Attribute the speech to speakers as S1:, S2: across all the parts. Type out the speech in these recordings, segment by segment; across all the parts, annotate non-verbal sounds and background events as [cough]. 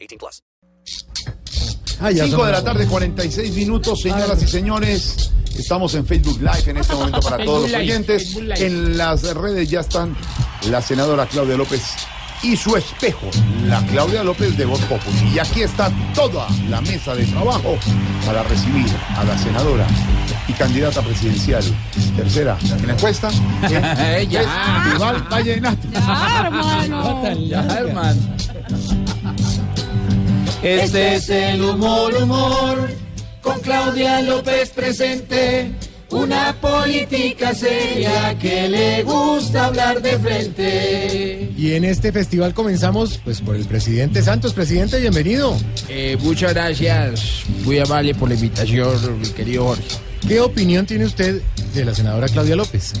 S1: 18 plus.
S2: Ah, ya
S3: 5
S2: son
S3: de la
S2: las-
S3: tarde, 46 minutos, señoras y señores. Estamos en Facebook Live en este momento para todos los
S4: [laughs] Facebook Live,
S3: oyentes.
S4: Facebook Live.
S3: En las redes ya están la senadora Claudia López y su espejo, la Claudia López de Voz Populi. Y aquí está toda la mesa de trabajo para recibir a la senadora y candidata presidencial. Tercera en la
S4: [laughs]
S3: encuesta. eh,
S4: ya.
S3: es
S4: Ah,
S3: Duval Vallenato.
S4: Ya, hermano. Este es el humor, humor, con Claudia López presente. Una política seria que le gusta hablar de frente.
S2: Y en este festival comenzamos pues por el presidente Santos. Presidente, bienvenido.
S4: Eh, muchas gracias, muy amable por la invitación, mi querido Jorge.
S2: ¿Qué opinión tiene usted de la senadora Claudia López?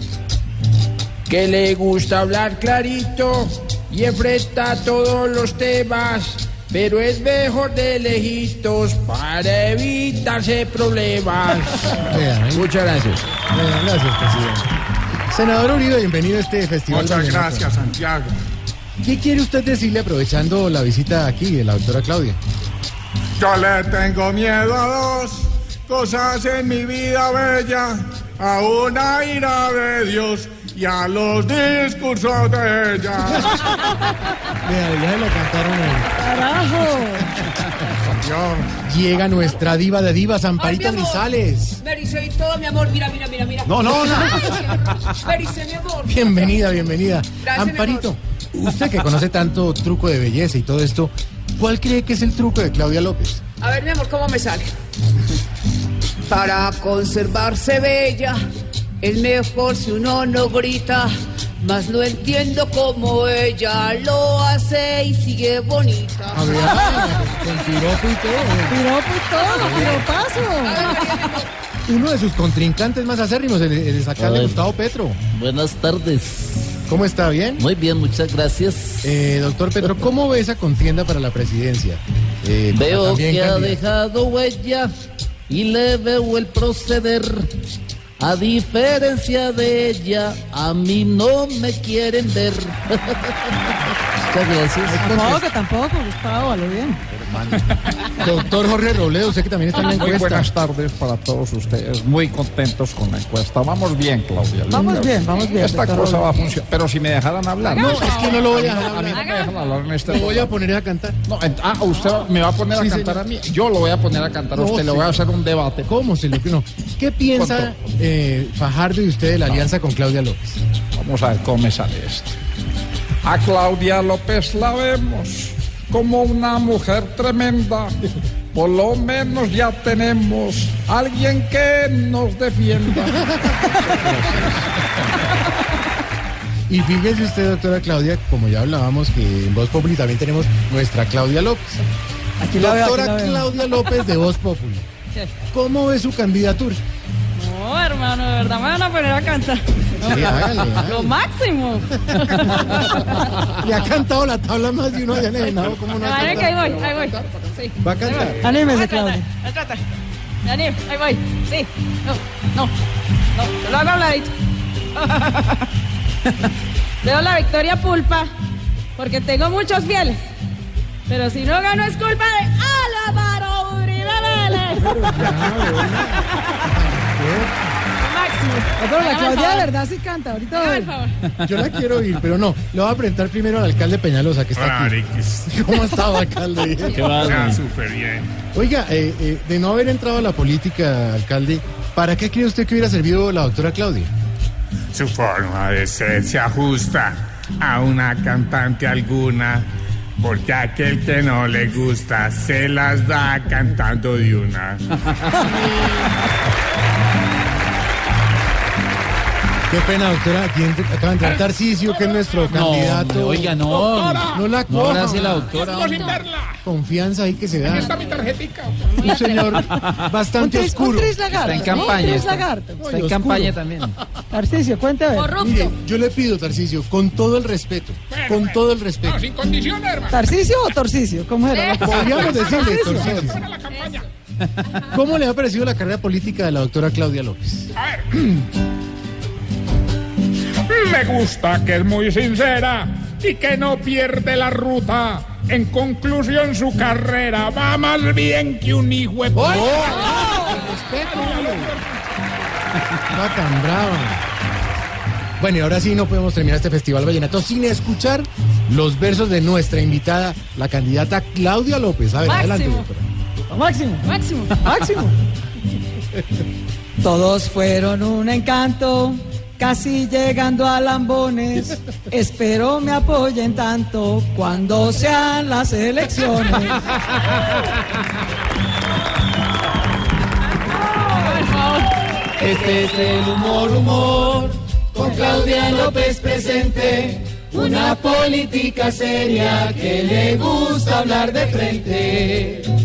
S4: que le gusta hablar clarito y enfrenta todos los temas, pero es mejor de lejitos para evitarse problemas.
S2: Vean, ¿eh?
S4: Muchas gracias.
S2: Vean, gracias, presidente. Senador Uribe, bienvenido a este festival.
S5: Muchas
S2: vallenato.
S5: gracias, Santiago.
S2: ¿Qué quiere usted decirle aprovechando la visita aquí de la doctora Claudia?
S5: Yo le tengo miedo a dos cosas en mi vida bella, a una ira de Dios y a los discursos de ella.
S2: Vean, ya se la cantaron. ahí.
S5: Yo,
S2: Llega nuestra diva de divas, Amparita
S6: Ay, mi amor.
S2: Grisales.
S6: Mary, soy todo, mi amor. Mira, mira, mira, mira.
S3: No,
S6: [laughs]
S3: no, no.
S6: Mary, soy mi amor.
S2: Bienvenida, bienvenida.
S6: Gracias, mi
S2: Amparito, usted que conoce tanto truco de belleza y todo esto, ¿cuál cree que es el truco de Claudia López?
S6: A ver, mi amor, ¿cómo me sale? Para conservarse bella, es mejor si uno no grita. Mas no entiendo cómo ella lo hace y sigue bonita.
S2: A ver, con piropo y todo.
S7: Piropo y todo, piropazo.
S2: Uno de sus contrincantes más acérrimos, el, el alcalde
S8: Ay.
S2: Gustavo Petro.
S8: Buenas tardes.
S2: ¿Cómo está? ¿Bien?
S8: Muy bien, muchas gracias.
S2: Eh, doctor Petro, ¿cómo ve esa contienda para la presidencia? Eh, como
S8: Veo
S2: también
S8: que ha
S2: candidato.
S8: dejado huella y le veo el proceder. A diferencia de ella, a mí no me quieren ver. [laughs] muchas gracias.
S7: Tampoco, tampoco, Gustavo, a lo bien.
S2: Doctor Jorge Robledo, usted que también está en la
S9: Muy
S2: encuesta.
S9: buenas tardes para todos ustedes, muy contentos con la encuesta. Vamos bien, Claudia.
S7: Vamos bien, vamos bien.
S9: Esta
S7: doctor
S9: cosa va a
S7: Rodríguez.
S9: funcionar, pero si me dejaran hablar.
S2: No, es que no lo voy a dejar
S9: A mí no
S2: hablar.
S9: me dejan hablar en este
S2: Lo voy a
S9: momento.
S2: poner a cantar.
S9: No, ent- ah, usted va- me va a poner
S2: Sí,
S9: a cantar
S2: señor.
S9: a mí. Yo lo voy a poner a cantar a
S2: No,
S9: usted, le voy a hacer un debate.
S2: ¿Cómo se le no? ¿Qué piensa eh, Fajardo y usted de la alianza con Claudia López?
S9: Vamos a ver cómo me sale esto. A Claudia López la vemos como una mujer tremenda. Por lo menos ya tenemos alguien que nos defienda.
S2: Y fíjese usted, doctora Claudia, como ya hablábamos, que en Voz Populi también tenemos nuestra Claudia López.
S7: Aquí la veo, aquí la
S2: Doctora
S7: veo.
S2: Claudia López de Voz Populi. ¿Cómo ve su candidatura?
S7: No, hermano, de verdad me van a poner a cantar.
S2: Sí, hágale, hágale.
S7: Lo máximo.
S2: Le ha cantado la tabla más de uno allá en el Henao, ¿cómo no ha
S7: Vale, que ahí
S2: cantado?
S7: voy, ahí voy. Sí.
S2: Va a cantar.
S7: Anímese,
S6: Voy a tratar,
S7: Claudia.
S6: voy a tratar. Me animo, ahí voy. Sí, no, no, no, yo lo hago a un
S7: [laughs]
S6: ladito.
S7: Veo la victoria pulpa, porque tengo muchos fieles. Pero si no gano es culpa de Álvaro Uribe Vélez. Máximo. Pero la Claudia de verdad sí canta, ahorita.
S6: Por favor.
S2: Yo la quiero ir, pero no. Le voy a preguntar primero al alcalde Peñalosa, que está aquí. [laughs] ¿Cómo estaba,
S9: [laughs]
S2: alcalde?
S5: sea súper bien.
S2: Oiga, eh, eh, de no haber entrado a la política, alcalde, ¿para qué cree usted que hubiera servido la doctora Claudia?
S5: Su forma de ser se ajusta a una cantante alguna, porque aquel que no le gusta se las da cantando de una.
S2: Qué pena, doctora. Aquí entra- acaba de entrar Tarcicio, que es nuestro candidato.
S9: Ah. Oiga, no.
S2: No la
S9: No,
S2: coja.
S9: ahora sí la doctora. hombre.
S2: Confianza ahí que se da.
S5: mi tarjetica.
S2: Un señor bastante oscuro.
S9: Está en campaña. Está, está en campaña también.
S2: Mire, yo le pido, Tarcicio, con todo el respeto, con todo el respeto.
S5: Sin condiciones, hermano.
S2: Podríamos decirle, Tarcicio, ¿cómo le ha parecido la carrera política de la doctora Claudia López?
S5: A ver. Me gusta que es muy sincera y que no pierde la ruta. En conclusión, su carrera va más bien que un hijo de puta.
S2: ¡Oh! Respeto, hombre. Está tan brava. Bueno, y ahora sí no podemos terminar este festival vallenato sin escuchar los versos de nuestra invitada, la candidata Claudia López. A ver,
S7: Máximo.
S2: adelante, doctora.
S6: Máximo,
S7: Máximo.
S6: máximo. Todos fueron un encanto, casi llegando a lambones. Espero me apoyen tanto cuando sean las elecciones.
S9: Este es el humor, humor, con Claudia López presente. Una política seria que le gusta hablar de frente.